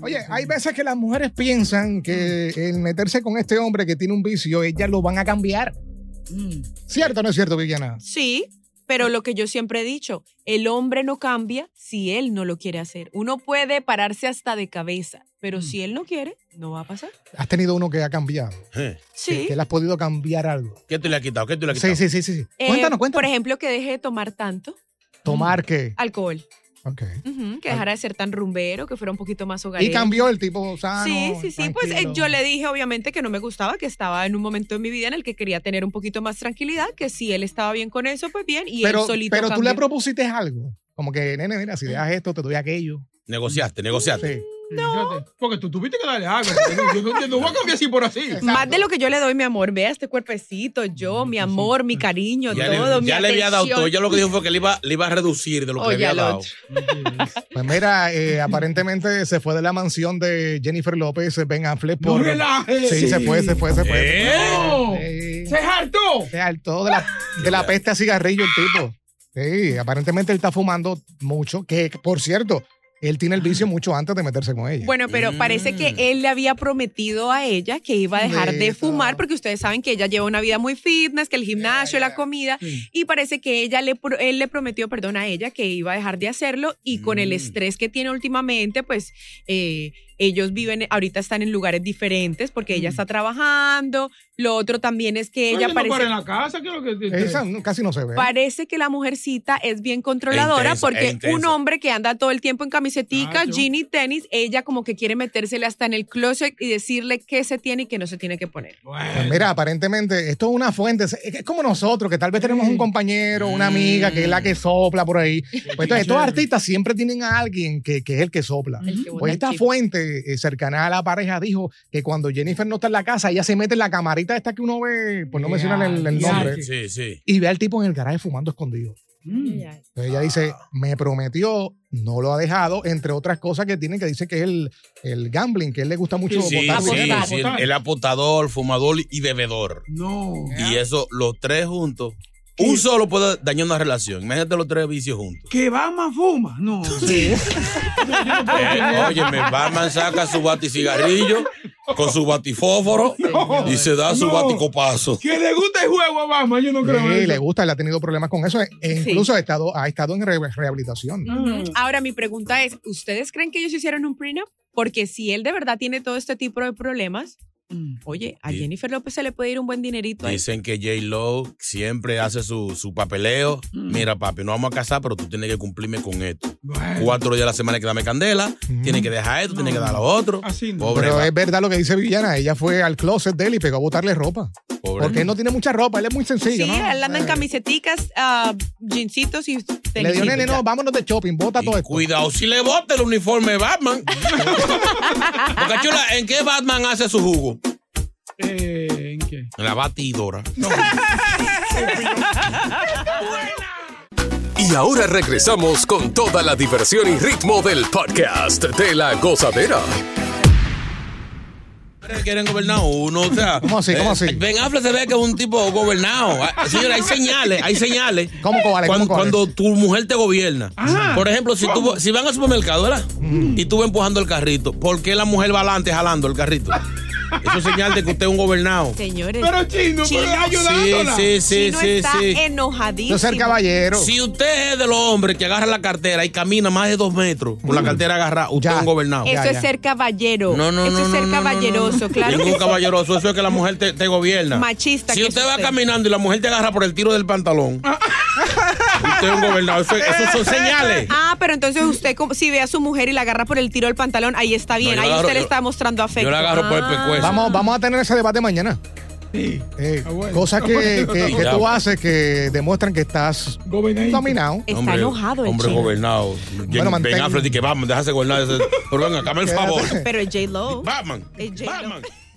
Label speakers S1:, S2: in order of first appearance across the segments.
S1: Oye, hay veces que las mujeres piensan que el meterse con este hombre que tiene un vicio, ellas lo van a cambiar.
S2: Mm.
S1: ¿Cierto o no es cierto, Viviana?
S2: Sí, pero lo que yo siempre he dicho, el hombre no cambia si él no lo quiere hacer. Uno puede pararse hasta de cabeza,
S1: Mm.
S2: pero si él no quiere, no va a pasar.
S1: ¿Has tenido uno que ha cambiado?
S3: Eh,
S2: Sí.
S1: Que le has podido cambiar algo.
S3: ¿Qué tú le has quitado? ¿Qué tú le has quitado?
S1: Sí, sí, sí, sí. sí.
S2: Eh,
S1: cuéntanos, cuéntanos.
S2: Por ejemplo, que deje de tomar tanto
S1: Tomar qué.
S2: alcohol,
S1: Ok.
S2: Ujú, que dejara de ser tan rumbero, que fuera un poquito más hogareño.
S1: Y cambió el tipo sano.
S2: Sí, sí, sí. Pues eh,
S1: Ah, tranquilo.
S2: yo le dije, obviamente, que no me gustaba, que estaba en un momento de mi vida en el que quería tener un poquito más tranquilidad, que si él estaba bien con eso, pues bien, y
S1: Pero,
S2: él solito.
S1: pero tú le
S2: cambió.
S1: propusiste algo. Como que, nene, mira, si dejas esto, te doy aquello.
S3: Negociaste, negociaste.
S1: Sí.
S4: Fíjate, Porque tú tuviste que darle algo. Yo no, yo no voy a cambiar así por así.
S2: Más de lo que yo le doy, mi amor. Vea este cuerpecito, yo,
S1: Mm,
S2: mi
S1: pues
S2: amor, mi cariño,
S3: Ya,
S2: todo,
S3: le,
S2: mi
S3: ya le había dado
S2: atención. Oh,
S3: todo. Ya lo que dijo fue que le iba, le iba a reducir de lo que
S2: Oye,
S3: le había
S2: al
S3: dado.
S2: otro.
S1: Pues mira, eh, aparentemente se fue de la mansión de Jennifer López, eh, Ben Affleck.
S4: No
S1: por-
S4: relajes.
S1: Sí, se fue, se fue, se fue.
S3: ¡Eh!
S4: No.
S1: Sí.
S4: ¡Se hartó!
S1: Se hartó de la, de la peste a cigarrillo el tipo. Sí, aparentemente él está fumando mucho, que por cierto, él tiene el vicio mucho antes de meterse con ella.
S2: Bueno, pero parece que
S4: Mm.
S2: él le había prometido a ella que iba a dejar de
S1: Beso.
S2: fumar, porque ustedes saben que ella lleva una vida muy fitness, que el gimnasio, la comida,
S4: Mm.
S2: y parece que ella le, pro- él le prometió, perdón, a ella que iba a dejar de hacerlo, y con
S4: Mm.
S2: el estrés que tiene últimamente, pues eh, ellos viven, ahorita están en lugares diferentes, porque ella está trabajando, lo otro también es que ella
S4: Oye, Mm. no
S2: parece...
S4: para en la casa, que lo que te-
S1: Esa no- casi no se ve.
S2: Parece que la mujercita es bien controladora
S3: Es intensa, es
S2: porque un
S3: intensa.
S2: hombre que anda todo el tiempo en camisetica,
S4: Claro.
S2: jean y tenis, ella como que quiere metérsele hasta en el closet y decirle qué se tiene y qué no se tiene que poner.
S1: Pues
S4: Bueno,
S1: mira, aparentemente esto es una fuente, es, es como nosotros, que tal vez tenemos un compañero, una amiga, que es la que sopla por ahí. Pues entonces, estos artistas siempre tienen a alguien que, que es el que sopla.
S2: El que bota
S1: Pues
S2: el
S1: esta
S2: chicle.
S1: fuente eh, cercana a la pareja dijo que cuando Jennifer no está en la casa, ella se mete en la camarita esta que uno ve,
S2: Eh,
S1: por no mencionar el, el
S4: Ya,
S1: nombre,
S3: Sí, sí.
S1: y ve al tipo en el garaje fumando escondido.
S2: Mm,
S1: Entonces ella dice,
S2: Ah.
S1: me prometió, no lo ha dejado, entre otras cosas que tiene que dice que es el, el gambling, que a él le gusta mucho
S4: Sí,
S3: Sí,
S1: botar
S3: sí,
S1: dinero.
S4: apostar.
S3: sí, el, el apostador, fumador y bebedor.
S4: no.
S3: Y eso, los tres juntos. Un solo puede dañar una relación. Imagínate los tres vicios juntos.
S4: Que va más fuma. No.
S3: Eh, oye, me Batman saca su baticigarrillo con su batifósforo y se da su
S4: No.
S3: baticopazo.
S4: Que le gusta el juego a Batman, yo no creo en
S1: Sí,
S4: eso.
S1: le gusta, él ha tenido problemas con eso. E incluso ha, estado, ha estado en re- rehabilitación.
S2: Mm. Ahora mi pregunta es, ¿ustedes creen que ellos hicieron un prenup? Porque si él de verdad tiene todo este tipo de problemas,
S4: Mm.
S2: oye, a
S3: Sí.
S2: Jennifer López se le puede ir un buen dinerito ahí.
S3: Dicen que J. Lo siempre hace su, su papeleo.
S4: Mm.
S3: Mira, papi, no vamos a casar, pero tú tienes que cumplirme con esto.
S4: Bueno. Mm.
S3: Cuatro días a la semana hay que darme candela, tienes que dejar esto, tienes que dar lo otro.
S4: Así no.
S3: Pobre,
S1: Pero
S3: va-
S1: es verdad lo que dice Villana, ella fue al closet de él y pegó a botarle ropa.
S3: pobre.
S1: Porque él no tiene mucha ropa, él es muy
S2: Sí,
S1: sencillo, ¿no?
S2: él anda en
S1: Eh,
S2: camiseticas, ah, jeansitos y
S1: Le dio, nene,
S2: tenisitos.
S1: no, vámonos de shopping, bota todo
S3: Y
S1: esto.
S3: cuidado si le bota el uniforme de Batman. Porque chula, ¿en qué Batman hace su jugo?
S4: Eh, ¿En qué?
S3: En la batidora.
S5: Y ahora regresamos con toda la diversión y ritmo del podcast de la gozadera.
S3: siempre quieren gobernar uno. O sea, ¿Cómo así?
S1: ¿Cómo así?
S3: Ben Affleck se ve que es un tipo gobernado. Ah, Señora, hay señales, hay señales.
S1: ¿Cómo, Kovales?
S3: Cuando,
S1: ¿Cómo, Kovales?
S3: cuando tu mujer te gobierna.
S1: Ajá.
S3: Por ejemplo, si, tú, si van al supermercado, ¿verdad? Y tú vas empujando el carrito, ¿por qué la mujer va adelante jalando el carrito? Eso es señal de que usted es un gobernado.
S2: Señores.
S4: Pero chino, pero ayudándola.
S3: Sí, sí, sí,
S2: Chino
S3: sí,
S2: está
S3: sí.
S2: enojadísimo.
S3: Si usted es de los hombres que agarra la cartera y camina más de dos metros
S1: Mm.
S3: con la cartera agarrada, usted es un gobernado.
S2: Eso es ser caballero.
S3: No, no,
S2: Eso
S3: no,
S2: es
S3: no,
S2: ser
S3: no, no,
S2: caballeroso, claro.
S3: Ningún
S2: que sí.
S3: caballeroso, eso es que la mujer te, te gobierna.
S2: Machista
S3: Si
S2: que Ah.
S3: usted
S2: es
S3: va
S2: usted.
S3: caminando y la mujer te agarra por el tiro del pantalón, usted es un gobernado. Eso, esos son señales.
S2: Ah, pero entonces usted como- si ve a su mujer y la agarra por el tiro del pantalón, ahí está bien,
S3: yo la
S2: ahí
S3: agarro-
S2: usted le
S3: yo-
S2: está mostrando afecto.
S3: la agarro por el
S2: Ah.
S3: pescuezo.
S1: Vamos, vamos a tener ese debate mañana. Eh, Cosas que, que- que tú haces que demuestran que estás dominado.
S2: Está
S3: Hombre,
S2: enojado el
S3: Hombre
S2: chino.
S3: gobernado. Bueno,
S1: mantén-
S3: Ben Affleck y que vamos, déjase gobernar. ese- Pero venga, dame el favor.
S2: Pero es J-Lo.
S3: Batman.
S2: Es J-Lo.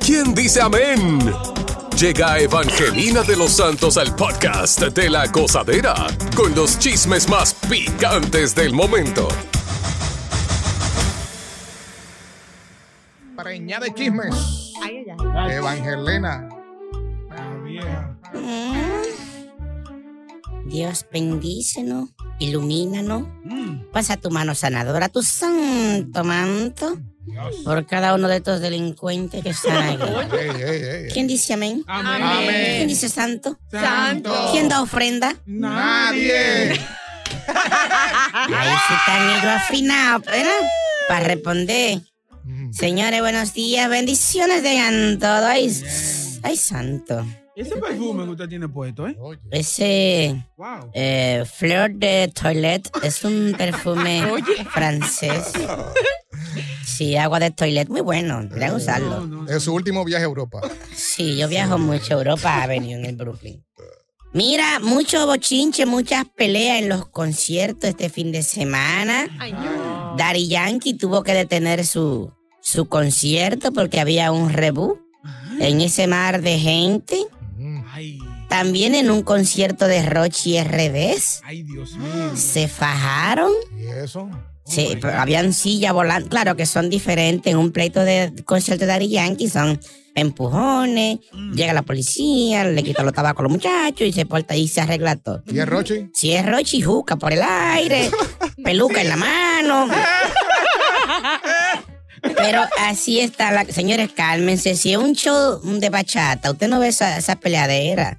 S6: ¿Quién dice amén? Llega Evangelina de los Santos al podcast de la gozadera con los chismes más picantes del momento.
S1: Preñada de chismes. Evangelina.
S7: Dios bendícenos, ilumínanos. Pasa tu mano sanadora, tu santo manto, por cada uno de estos delincuentes que están aquí. ¿Quién dice amén?
S1: Amén.
S7: ¿Quién dice santo?
S1: Santo.
S7: ¿Quién da ofrenda?
S1: Nadie.
S7: Ahí sí están ellos afinados, ¿verdad? Para responder. Señores, buenos días, bendiciones tengan todos. Ay, ay, santo.
S4: Ese perfume que usted tiene puesto, ¿eh?
S7: Ese eh, Fleur de Toilette es un perfume francés. Sí, agua de toilette, muy bueno, deberían usarlo.
S1: Es su último viaje a Europa.
S7: Sí, yo viajo mucho a Europa, ha venido en el Brooklyn. Mira, mucho bochinche, muchas peleas en los conciertos este fin de semana. Daddy Yankee tuvo que detener su, su concierto porque había un rebú en ese mar de gente. También en un concierto de Rochi y RBs.
S4: Ah.
S7: Se fajaron.
S1: ¿Y eso?
S7: Sí, pero habían sillas volando. Claro que son diferentes. En un pleito de concierto de Ari Yankee son empujones, llega la policía, le quita los tabacos a los muchachos y se porta y se arregla todo.
S1: ¿Y es Rochi?
S7: Si es Rochi, juca por el aire, peluca en la mano. Pero así está, la, señores, cálmense. Si es un show de bachata, usted no ve esa, esa peleadera.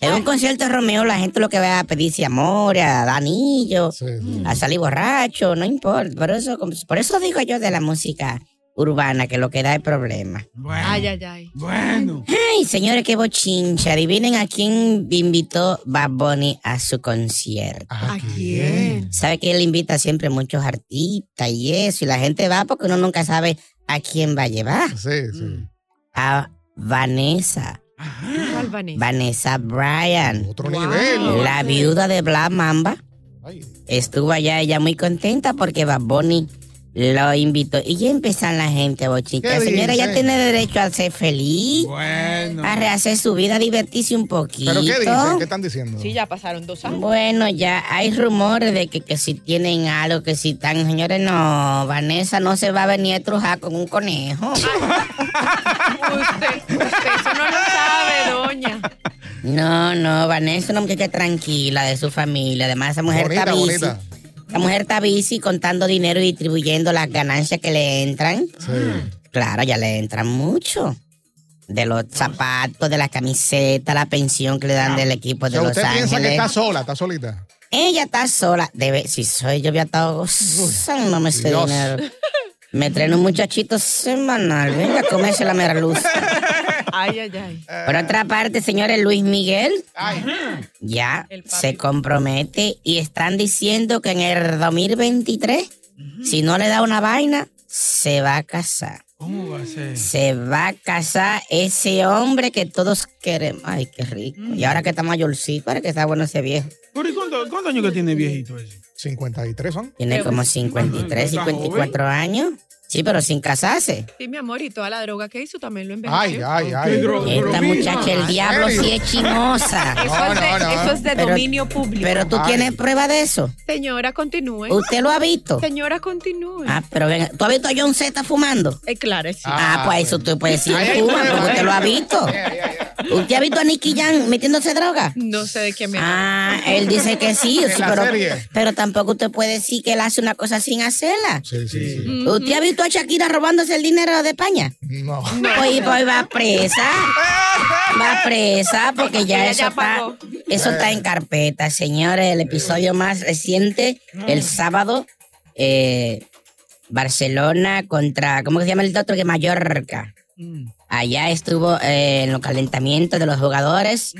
S7: En un concierto de Romeo, la gente lo que va a pedirse amor, a dar anillos, a salir borracho, no importa. Por eso, por eso digo yo de la música urbana, que lo que da es problema.
S2: Ay, ay, ay.
S7: Ay, señores, qué bochincha. Adivinen a quién invitó Bad Bunny a su concierto.
S1: ¿A
S7: quién? Sabe que él invita siempre muchos artistas y eso, y la gente va porque uno nunca sabe a quién va a llevar.
S1: Sí, sí.
S7: A Vanessa.
S2: ¿Cuál, Vanessa?
S7: Vanessa Bryan. Otro
S2: nivel.
S7: La viuda de Black Mamba. Estuvo allá ella muy contenta porque Bad Bunny lo invitó. Y ya empiezan la gente, bochita.
S1: ¿Qué
S7: Señora, ya
S1: dice?
S7: tiene derecho a ser feliz. A rehacer su vida, a divertirse un poquito.
S1: ¿Pero qué dicen? ¿Qué están diciendo?
S2: Sí, ya pasaron dos años.
S7: Bueno, ya hay rumores de que, que si tienen algo, que si están, señores, no, Vanessa no se va a venir a trujar con un conejo.
S1: Ah.
S2: Eso no lo sabe, doña.
S7: No, no, Vanessa es una muchacha tranquila de su familia, además esa mujer
S1: Bonita,
S7: está bici.
S1: bonita.
S7: La mujer está bici contando dinero y distribuyendo las ganancias que le entran. Claro, ya le entran mucho. De los zapatos, de la camiseta, la pensión que le dan del equipo
S1: Ah. O
S7: de
S1: sea,
S7: Los
S1: usted piensa que
S7: Ángeles.
S1: está sola, está solita.
S7: Ella está sola. Debe, si soy yo, había estado gozándome ese
S1: Dios.
S7: dinero. Me traen un muchachito semanal. Venga a comerse la mera luz.
S2: Ay, ay, ay.
S7: Por otra parte, señores, Luis Miguel
S2: Ajá.
S7: ya se compromete y están diciendo que en el 2023, si no le da una vaina, se va a casar.
S4: ¿Cómo va a ser?
S7: Se va a casar ese hombre que todos queremos. Ay, qué rico. Y ahora que está mayorcito, ahora que está bueno ese viejo.
S4: Pero, ¿y cuánto- ¿Cuántos años que tiene viejito ese?
S1: 53 son.
S7: Tiene como 53, 54 años. Sí, pero sin casarse.
S2: Sí, mi amor, y toda la droga que hizo también lo envejeció.
S1: Ay, ay, ay.
S7: Esta muchacha, el diablo sí es chimosa.
S2: Eso,
S1: Ah,
S2: es, de, eso es de
S7: Pero-
S2: dominio público.
S7: Pero tú tienes prueba de eso.
S2: Señora, continúe.
S7: ¿Usted lo ha visto?
S2: Señora, continúe.
S7: Ah, pero venga, ¿tú has visto a John Z fumando?
S2: Eh, claro, sí.
S7: Ah, pues eso tú puedes decir,
S2: Ahí hay
S7: fuma,
S2: prueba,
S7: pero usted
S2: ahí.
S7: lo ha visto. ¿Usted ha visto a Nicky Jan metiéndose droga?
S2: No sé de qué me
S7: Ah, él dice que sí,
S2: En
S7: sí,
S2: la
S7: pero,
S2: serie.
S7: pero tampoco usted puede decir que él hace una cosa sin hacerla.
S1: Sí, sí, sí.
S7: ¿Usted ha visto a Shakira robándose el dinero de España?
S1: No.
S7: Pues, pues va presa. Va presa porque ya
S2: Ella
S7: eso
S2: ya
S7: está,
S2: pagó.
S7: eso está en carpeta, señores. El episodio más reciente,
S2: Mm.
S7: el sábado, eh, Barcelona contra, ¿cómo que se llama el otro? Que Mallorca. Allá estuvo eh, en los calentamientos de los jugadores.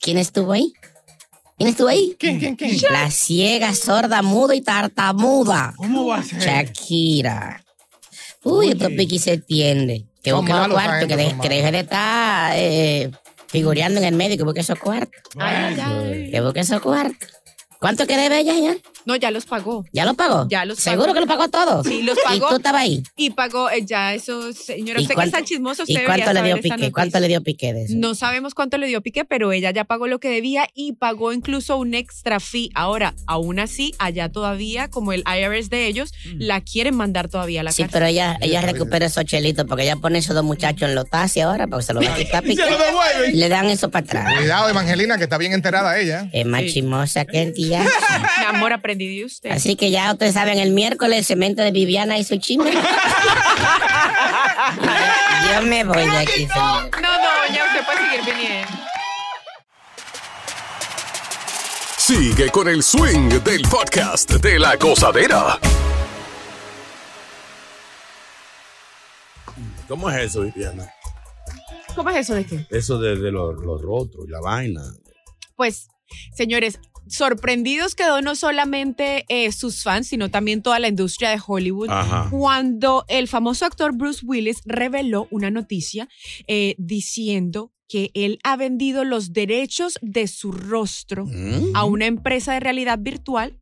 S7: ¿Quién estuvo ahí? ¿Quién estuvo ahí?
S1: ¿Quién, quién, quién?
S7: La ciega, sorda, muda y tartamuda.
S4: ¿Cómo va a ser?
S7: Shakira. Uy, estos piquis se tiende. Que
S1: Son
S7: busque los
S1: malos, esa
S7: cuartos, que,
S1: gente,
S7: de-
S1: son
S7: que deje de estar eh, figureando en el médico, porque esos cuartos.
S2: Ay, ay, ay.
S7: Que busque esos cuartos. ¿Cuánto que debe ella ya?
S2: No, ya los pagó.
S7: ¿Ya lo pagó?
S2: Ya los
S7: ¿Seguro
S2: pagó.
S7: que lo pagó todo?
S2: Sí, los
S7: ¿Y
S2: pagó.
S7: tú estabas ahí?
S2: Y pagó eh, ya eso, señora.
S7: ¿Y
S2: Usted que
S7: cuánto-
S2: es tan chismoso, usted
S7: ¿Y cuánto
S2: debería
S7: le dio
S2: saber esta
S7: piqué?
S2: noticia.
S7: ¿Cuánto le dio piqué de eso?
S2: No sabemos cuánto le dio Piqué, pero ella ya pagó lo que debía y pagó incluso un extra fee. Ahora, aún así, allá todavía, como el IRS de ellos, la quieren mandar todavía a la
S7: Mm. Sí,
S2: cárcel.
S7: pero ella, ella recupera esos chelitos porque ella pone esos dos muchachos en los taxis ahora porque se los va a quitar Piqué.
S1: Se lo devuelven.
S7: Le dan eso para atrás.
S1: Cuidado, Evangelina, que está bien enterada ella.
S7: Es más chismosa que el día.
S2: Mi amor, aprendí de usted.
S7: Así que ya ustedes saben, el miércoles el cemento de Viviana y su chisme. Yo me voy de aquí. señor.
S2: No, no, ya usted puede seguir viniendo.
S6: Sigue con el swing del podcast de la gozadera.
S8: ¿Cómo es eso, Viviana?
S2: ¿Cómo es eso de qué?
S8: Eso de, de los, los rostros y la vaina.
S2: Pues, señores, sorprendidos quedó no solamente eh, sus fans, sino también toda la industria de Hollywood
S8: Ajá.
S2: cuando el famoso actor Bruce Willis reveló una noticia eh, diciendo que él ha vendido los derechos de su rostro
S3: Mm.
S2: a una empresa de realidad virtual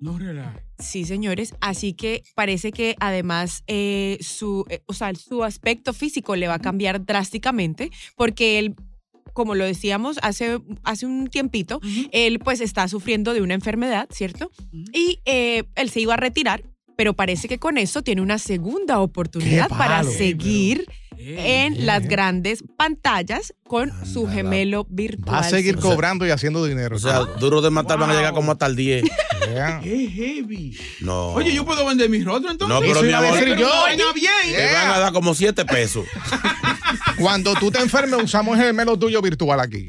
S4: No relaja.
S2: Sí, señores. Así que parece que además eh, su, eh, o sea, su aspecto físico le va a cambiar drásticamente porque él, como lo decíamos hace, hace un tiempito, él pues está sufriendo de una enfermedad, ¿cierto? Y eh, él se iba a retirar, pero parece que con eso tiene una segunda oportunidad para
S4: palo!
S2: seguir en las grandes pantallas con su gemelo virtual.
S1: Va a seguir
S2: Sí.
S1: cobrando y haciendo dinero.
S3: O sea, duro de matar van a llegar como hasta el 10.
S1: Yeah.
S4: Qué heavy.
S3: No.
S4: Oye, yo puedo vender mis rostros entonces.
S3: No, pero mi amor,
S4: Pero
S3: yo.
S4: una vaina bien.
S3: te van a dar como 7 pesos.
S1: Cuando tú te enfermes, usamos el gemelo tuyo virtual aquí.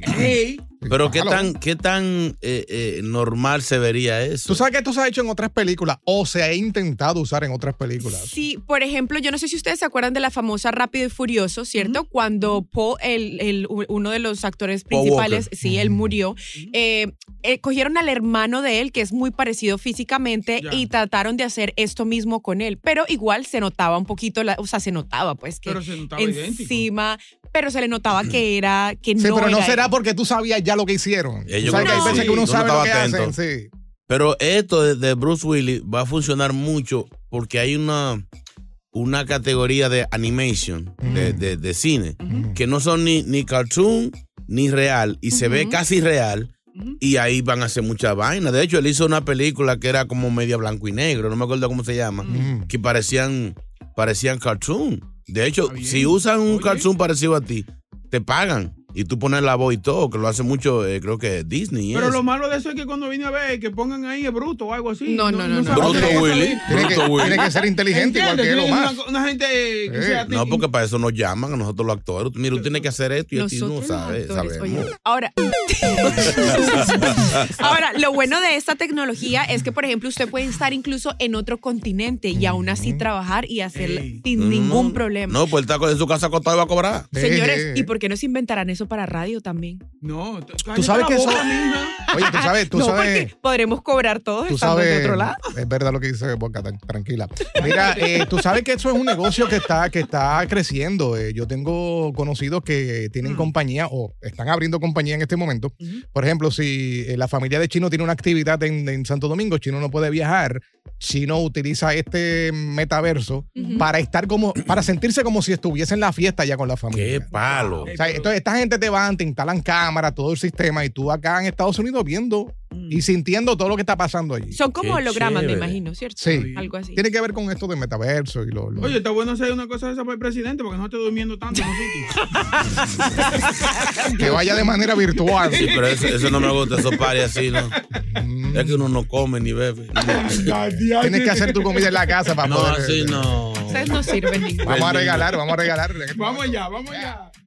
S3: Pero qué tan, qué tan eh, eh, normal se vería eso.
S1: Tú sabes que esto se ha hecho en otras películas o se ha intentado usar en otras películas.
S2: Sí, por ejemplo, yo no sé si ustedes se acuerdan de la famosa Rápido y Furioso, ¿cierto? Cuando Paul, el, el- u- uno de los actores
S9: Paul
S2: principales,
S9: Walker.
S2: sí, él murió, eh, eh, cogieron al hermano de él, que es muy parecido físicamente,
S4: Ya.
S2: y trataron de hacer esto mismo con él, pero igual se notaba un poquito, la- o sea, se notaba pues que
S4: Pero se notaba
S2: encima, pero se le notaba que era, que
S1: Sí,
S2: no
S1: pero no
S2: era
S1: será
S2: él.
S1: porque tú sabías ya lo que hicieron.
S3: Eh, yo
S1: Tú sabes
S3: creo
S1: que hay
S3: que
S1: veces
S3: sí,
S1: que uno
S3: uno
S1: sabe lo
S3: estaba
S1: que hacen.
S3: atento.
S1: Sí.
S3: Pero esto de, de Bruce Willis va a funcionar mucho porque hay una, una categoría de animation, de, de- de cine, que no son ni, ni cartoon ni real y se ve casi real. Y ahí van a hacer mucha vaina. De hecho, él hizo una película que era como media blanco y negro, no me acuerdo cómo se llama, que parecían, parecían cartoon. De hecho, si usan un cartoon parecido a ti, te pagan. y tú pones la voz y todo, que lo hace mucho, eh, creo que Disney. y
S4: Pero
S3: eso.
S4: lo malo de eso es que cuando vine a ver, que pongan ahí el bruto o algo así.
S2: No, no, no, no.
S4: sabe
S3: Bruto
S4: qué es.
S3: Willy,
S1: Tiene que-
S3: bruto Willy.
S1: tiene que ser inteligente igual que
S4: Entiendes,
S1: lo más.
S4: una, una gente que sea
S3: No, porque para eso nos llaman a nosotros los actores. Mira, tú tienes que hacer esto y a ti no
S2: Nosotros los
S3: sabes.
S2: actores,
S3: sabemos.
S2: oye, Ahora, ahora, lo bueno de esta tecnología es que, por ejemplo, usted puede estar incluso en otro continente y aún así trabajar y hacerla sin ningún problema.
S3: No, pues él está en su casa acostado y va a cobrar.
S1: eh,
S2: Señores, ¿y por qué no se inventarán eso para radio también?
S4: No,
S1: Tú sabes que eso. Oye, tú sabes, tú
S2: No,
S1: sabes.
S2: porque podremos cobrar todos
S1: Tú
S2: estando de
S1: sabes,
S2: otro lado.
S1: es verdad lo que dice Boca, tan- tranquila. Mira, eh, tú sabes que eso es un negocio que está, que está creciendo. eh. yo tengo conocidos que tienen compañía o están abriendo compañía en este momento. Por ejemplo, si eh, la familia de Chino tiene una actividad en, en Santo Domingo, Chino no puede viajar, Chino utiliza este metaverso
S9: Ujú.
S1: para estar como, para sentirse como si estuviese en la fiesta ya con la familia.
S3: Qué palo.
S1: O sea, entonces esta gente te van, te instalan cámaras, todo el sistema, y tú acá en Estados Unidos viendo
S2: Mm.
S1: y sintiendo todo lo que está pasando allí.
S2: Son como
S1: Qué
S2: hologramas,
S1: chévere.
S2: me imagino, ¿cierto?
S1: Sí.
S2: Algo así.
S1: Tiene que ver con esto de metaverso y lo. lo-
S4: Oye, está bueno hacer una cosa de esa para el presidente porque no esté durmiendo tanto. No
S1: que vaya de manera virtual.
S3: Sí, pero eso, eso no me gusta, esos pares así, ¿no? Es que uno no come ni bebe.
S1: Tienes que hacer tu comida en la casa para
S3: No,
S1: poder.
S3: así no.
S2: Ustedes no sirven ninguno.
S1: Vamos a regalar, vamos a regalar.
S4: Vamos allá, vamos allá.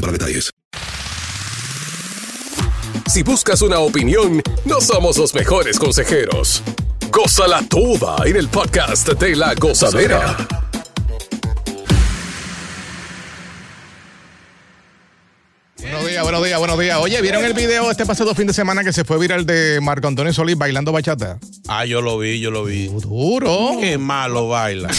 S10: para detalles.
S6: Si buscas una opinión, no somos los mejores consejeros. Goza la tuba en el podcast de la gozadera.
S1: Buenos días, buenos días, buenos días. Oye, ¿vieron el video este pasado fin de semana que se fue viral de Marco Antonio Solís bailando bachata? Oh,
S3: Ah, yo lo vi, yo lo vi.
S1: Duro.
S3: Qué malo baila.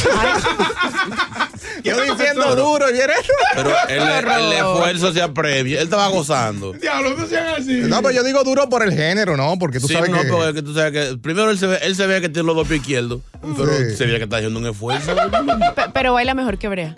S1: Yo diciendo duro, ¿vieres?
S3: Pero el, el esfuerzo se apremia. Él estaba gozando.
S4: Diablo, no sean así.
S1: No, pero yo digo duro por el género, ¿no? Porque tú
S3: Sí,
S1: sabes
S3: no,
S1: que.
S3: pero es que tú sabes que primero él se ve, él se ve que tiene los dos pies izquierdos, pero
S1: Sí.
S3: se ve que está haciendo un esfuerzo.
S2: Pe- pero baila mejor que Brea.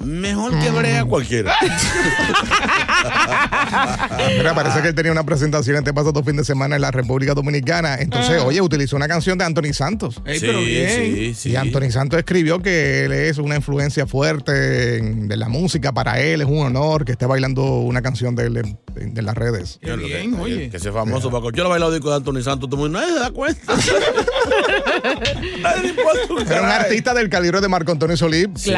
S3: Mejor
S1: Mm.
S3: que brea cualquiera.
S1: ah, Mira, parece que él tenía una presentación este pasado fin de semana en la República Dominicana. Entonces,
S3: Ah.
S1: oye, utilizó una canción de Anthony Santos.
S3: Ey, pero Sí, bien. sí, sí.
S1: Y Anthony Santos escribió que él es una influencia fuerte en- de la música para él. Es un honor que esté bailando una canción de él en, en- de las redes.
S3: Yo lo que- Que, que sea famoso, Paco. Yo lo he bailado disco de Anthony Santos, todo el mundo, nadie se da cuenta.
S1: Ah,
S3: Nadie le importa
S4: Pues
S3: un
S1: Era un
S4: eh.
S3: carajo.
S1: artista del calibre de Marco Antonio Solís.
S3: Sí,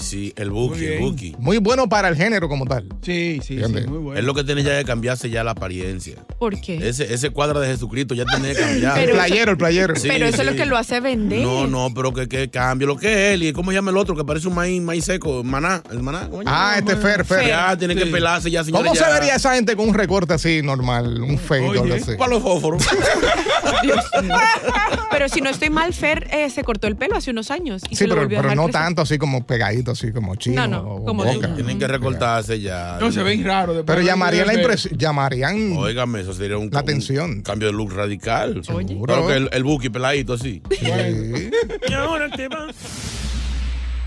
S3: sí, el Buki, el Buki.
S1: Muy bueno para el género como tal.
S4: Sí, sí,
S1: sí,
S4: muy
S3: Es lo que tiene ya que cambiarse ya la apariencia.
S2: ¿Por qué?
S3: Ese, ese cuadro de Jesucristo ya tiene que cambiar.
S2: Pero El playero,
S1: el playero.
S2: pero eso es lo que lo hace vender.
S3: No, no, pero que, que cambie lo que es él. ¿Y cómo llama el otro? Que parece un maíz, maíz seco. Maná, el maná. ¿cómo llama?
S1: Ah, este Fer, Fer.
S3: Ya, tiene que
S1: Sí.
S3: pelarse ya, señores.
S1: ¿Cómo se
S3: ya. ¿eh?
S1: vería esa gente con un recorte así normal? Un fade o algo así.
S3: Para los fósforos.
S2: Pero si no estoy mal, Fer eh, se cortó el pelo hace unos años
S1: Sí,
S2: y se lo
S1: pero,
S2: volvió a
S1: pero
S2: dejar
S1: no
S2: crecer.
S1: tanto así como pegadito, así como chino.
S2: No, no,
S1: o
S2: como
S1: boca.
S3: Tienen que recortarse ya.
S4: No, se ven raros.
S1: Pero llamarían la
S3: impresión.
S1: impresión, llamarían
S3: Óigame, eso sería un,
S1: la atención.
S3: un cambio de look radical.
S1: Seguro.
S3: Pero que el, el buki peladito así.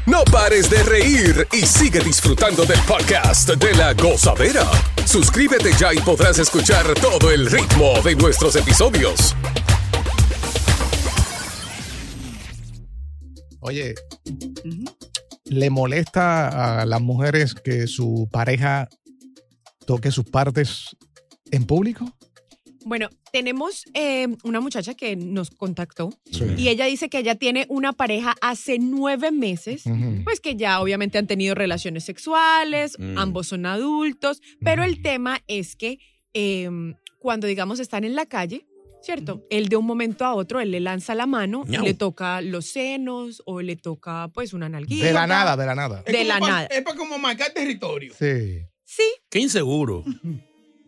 S6: No pares de reír y sigue disfrutando del podcast de la gozadera. Suscríbete ya y podrás escuchar todo el ritmo de nuestros episodios.
S1: Oye, ¿le molesta a las mujeres que su pareja toque sus partes en público?
S2: Bueno, tenemos eh, una muchacha que nos contactó
S9: Sí.
S2: y ella dice que ella tiene una pareja hace nueve meses,
S9: Ujú.
S2: pues que ya obviamente han tenido relaciones sexuales,
S9: Mm.
S2: ambos son adultos, pero el tema es que eh, cuando digamos están en la calle, ¿cierto? Él de un momento a otro, él le lanza la mano, y
S1: Miau.
S2: le toca los senos o le toca pues una nalguita.
S1: De la nada, de la nada.
S2: De la
S4: Es como pa-
S2: nada.
S4: Es para como marcar territorio.
S1: Sí.
S2: Sí,
S3: Qué inseguro.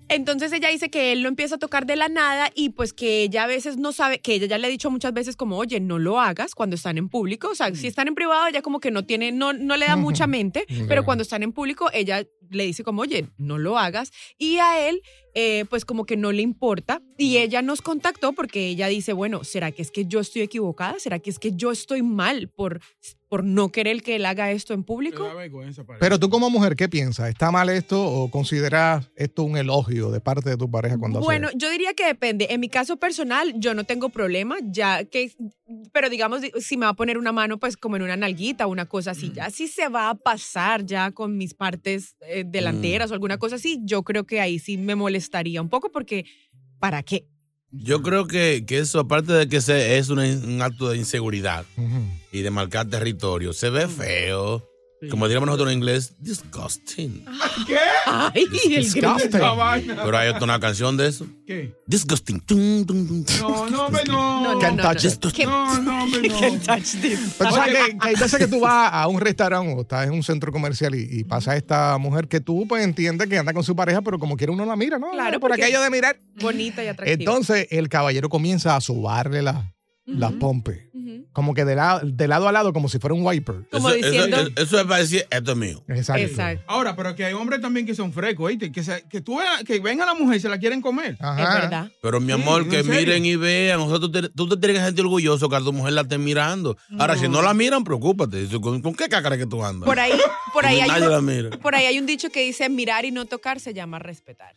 S2: Entonces ella dice que él lo empieza a tocar de la nada y pues que ella a veces no sabe, que ella ya le ha dicho muchas veces como, oye, no lo hagas cuando están en público. O sea, si están en privado, ella como que no tiene, no, no le da mucha mente,
S9: Ya.
S2: pero cuando están en público, ella le dice como, oye, no lo hagas. Y a él, eh, pues como que no le importa. Y ella nos contactó porque ella dice, bueno, ¿será que es que yo estoy equivocada? ¿Será que es que yo estoy mal por, por no querer que él haga esto en público?
S1: Pero tú como mujer, ¿qué piensas? ¿Está mal esto o consideras esto un elogio de parte de tu pareja cuando hace
S2: Bueno, yo diría que depende. En mi caso personal, yo no tengo problema, ya que, pero digamos, di- si me va a poner una mano, pues como en una nalguita, una cosa pues así, ya si se va a pasar ya con mis partes eh, delanteras o alguna cosa así, yo creo que ahí sí me molestaría un poco porque, ¿para qué?
S3: Yo creo que, que eso, aparte de que se, es un, un acto de inseguridad y de marcar territorio, se
S4: Mm.
S3: ve feo. Como diríamos nosotros en inglés, disgusting.
S4: ¿Qué?
S2: Ay,
S4: el grito de la vaina.
S3: Pero hay otra canción de eso.
S4: ¿Qué?
S3: Disgusting. Tum, tum, tum.
S4: No, no, hombre, no.
S3: No, no, Can't no, touch no. this. Can't-
S4: No, no, hombre, no.
S2: Can't touch this.
S1: Pero tú sabes que, que hay veces que tú vas a un restaurante o estás en un centro comercial y, y pasa esta mujer que tú pues entiendes que anda con su pareja, pero como quiera uno la mira, ¿no?
S2: Claro,
S1: por
S2: porque-
S1: aquello de mirar.
S2: Bonita y
S1: Eh,
S2: atractiva.
S1: Entonces el caballero comienza a sobarle la- las pompes.
S2: Ujú.
S1: Como que de, la- de lado a lado, como si fuera un wiper.
S3: Eso, eso- eso- eso es para decir, esto es mío.
S1: Exacto.
S4: Ahora, pero que hay hombres también que son frecos, ¿oíste? Que, se- que tú veas- que ven a la mujer y se la quieren comer.
S1: Ah.
S2: Es verdad.
S3: Ah. Pero mi amor,
S4: ¿en
S3: que
S4: serio?
S3: miren y vean. O sea, tú te, tú te tienes que sentir orgulloso que a tu mujer la esté mirando. Ahora, si no la miran, preocúpate. ¿Con, con qué cácara que tú andas?
S2: Por ahí, por ahí, hay
S3: Nadie la
S2: un,
S3: mira.
S2: por ahí hay un dicho que dice mirar y no tocar se llama respetar.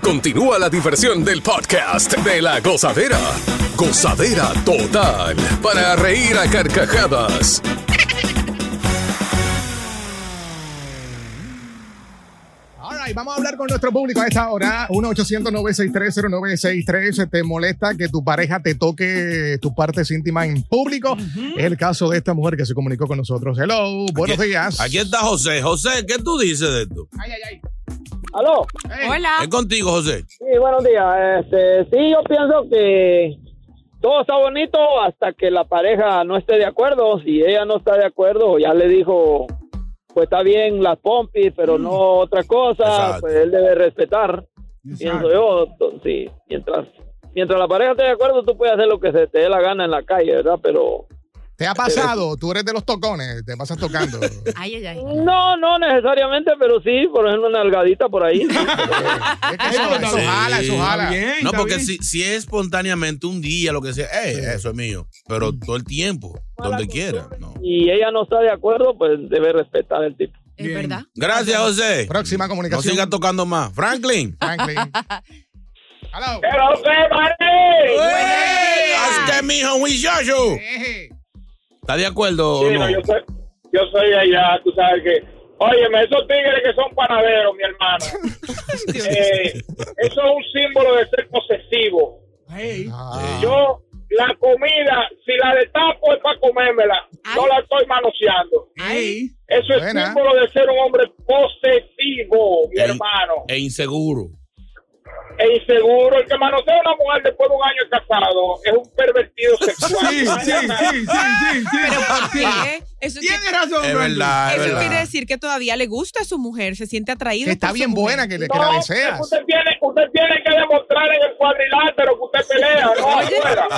S6: Continúa la diversión del podcast de la gozadera. Gozadera total. Para reír a carcajadas.
S1: All right, vamos a hablar con nuestro público a esta hora. 1 800 963 ¿Te molesta que tu pareja te toque tus partes íntimas en público? Es el caso de esta mujer que se comunicó con nosotros. Hello, buenos
S3: Aquí-
S1: días.
S3: Aquí está José. José, ¿qué tú dices de esto?
S11: ¿Aló?
S2: Hola.
S3: Es contigo, José.
S11: Sí, buenos días. Este, sí, yo pienso que todo está bonito hasta que la pareja no esté de acuerdo. Si ella no está de acuerdo, ya le dijo, pues está bien las pompis,
S2: Mm.
S11: pero no otra cosa, pues él debe respetar. Pienso yo, to- sí, mientras, mientras la pareja esté de acuerdo, tú puedes hacer lo que se te dé la gana en la calle, ¿verdad? Pero
S1: ¿Te ha pasado? Tú eres de los tocones, te pasas tocando.
S2: Ay, ay, ay.
S11: no, no necesariamente, pero sí, por ejemplo, una nalgadita por ahí.
S1: eso jala, eso jala.
S3: no, porque si, si es espontáneamente un día, lo que sea, "Ey, eso es mío. Pero todo el tiempo, donde quiera. ¿no?
S11: y ella no está de acuerdo, pues debe respetar el tipo.
S2: Es verdad.
S3: Gracias, José.
S1: Próxima comunicación.
S3: No sigas tocando más. Franklin.
S1: Franklin.
S11: ¡Pero qué
S3: ¡Haz que mi hijo un muchacho!
S2: Eh.
S3: ¿Está de acuerdo o
S12: Sí,
S3: no?
S12: no, yo, soy, yo soy de allá, tú sabes que. Óyeme, esos tigres que son panaderos, mi hermano. eh, eso es un símbolo de ser posesivo.
S1: Ah.
S12: Yo, la comida, si la destapo es para comérmela. No la estoy manoseando. Eso es
S3: Buena.
S12: símbolo de ser un hombre posesivo, mi
S3: Ey.
S12: hermano.
S3: E inseguro.
S12: E inseguro. El que manosea a una mujer después de un año casado es un pervertido sexual.
S4: Sí, sí, sí, sí, sí.
S2: Pero ¿por qué? Eso Tienes
S4: razón,
S3: Es Brandy. verdad, es
S2: Eso
S3: verdad.
S2: quiere decir que todavía le gusta a su mujer, se siente atraído.
S1: Que está
S2: por su
S1: bien
S2: mujer.
S1: buena, que le-
S12: No, Usted tiene, usted tiene que demostrar en el cuadrilátero que usted pelea, no
S2: Oye.
S12: afuera.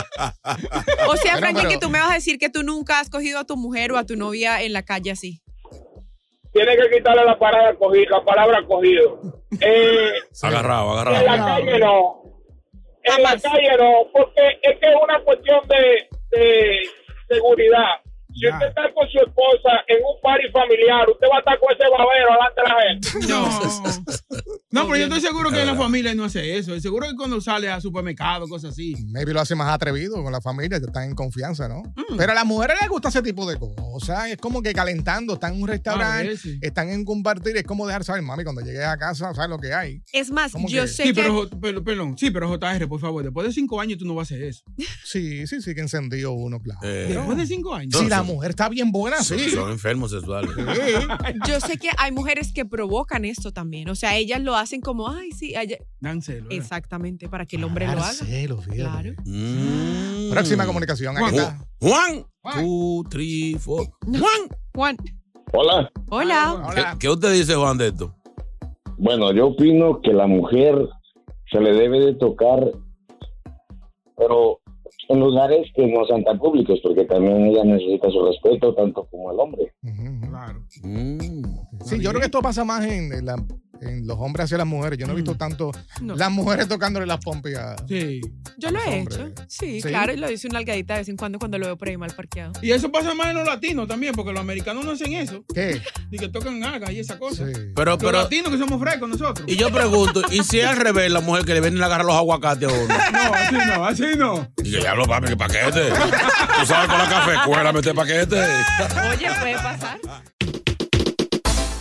S2: O sea,
S12: Bueno,
S2: Franklin,
S12: pero-
S2: que tú me vas a decir que tú nunca has cogido a tu mujer o a tu novia en la calle así.
S12: Tiene que quitarle la palabra cogida, la palabra cogido. Eh,
S3: Agarrado,
S12: en la
S3: agarrado.
S12: calle no. En la calle no, porque es que es una cuestión de, de seguridad. Si usted está con su esposa en un party familiar, usted va a estar con ese babero delante de la gente.
S4: No, pero yo estoy seguro que en la
S1: Claro.
S4: familia no hace eso. Seguro que cuando sale a supermercado, cosas así.
S1: Maybe lo hace más atrevido con la familia, están en confianza, ¿no?
S2: Mm.
S1: Pero a las mujeres les gusta ese tipo de cosas. Es como que calentando, están en un
S2: Ah,
S4: A
S1: restaurante,
S4: ver, sí.
S1: están en compartir, es como dejar saber, mami, cuando llegues a casa, sabes lo que hay.
S2: Es más,
S1: ¿Cómo
S2: yo
S1: que?
S2: sé
S4: Sí,
S2: que.
S4: pero, pero- perdón, sí, pero JR, por favor, después de cinco años tú no vas a hacer eso.
S1: Sí, sí, sí que encendió uno, claro.
S3: Eh,
S4: Después de cinco años.
S1: Si la mujer está bien buena,
S3: Son,
S1: Ah, sí.
S3: son enfermos sexuales.
S2: Yo sé que hay mujeres que provocan esto también. O sea, ellas lo hacen como, ay, sí, ella-
S4: Dan celo, ¿verdad?
S2: exactamente, para que el hombre lo haga. Claro.
S3: Mm.
S1: Próxima comunicación.
S3: Juan.
S1: Aquí está.
S3: Juan. Two, three, four. Juan.
S2: Juan.
S9: Hola.
S2: Hola.
S3: ¿Qué, Ah, qué usted dice, Juan, de esto?
S9: Bueno, yo opino que la mujer se le debe de tocar, pero en lugares que no sean tan públicos, porque también ella necesita su respeto, tanto como el hombre.
S1: Sí, yo creo que esto pasa más en, en la- en los hombres hacia las mujeres. Yo no he visto tanto
S2: Mm. No.
S1: las mujeres tocándole las pompias.
S4: Sí.
S2: Yo lo he hecho. Sí,
S1: Sí.
S2: claro, y lo hice una algadita de vez en cuando cuando lo veo por ahí mal parqueado.
S4: Y eso pasa más en los latinos también, porque los americanos no hacen eso.
S1: ¿Qué?
S4: Y que tocan algas y esa cosa.
S3: Pero,
S4: Los
S3: pero.
S4: latinos que somos frescos nosotros.
S3: Y yo pregunto, ¿y si es al revés la mujer que le vienen a agarrar los aguacates a uno?
S4: No, así no, así no.
S3: Y yo, diablo, papi, qué paquete. Tú sabes con la café, cuérame este paquete.
S2: Oye, puede pasar.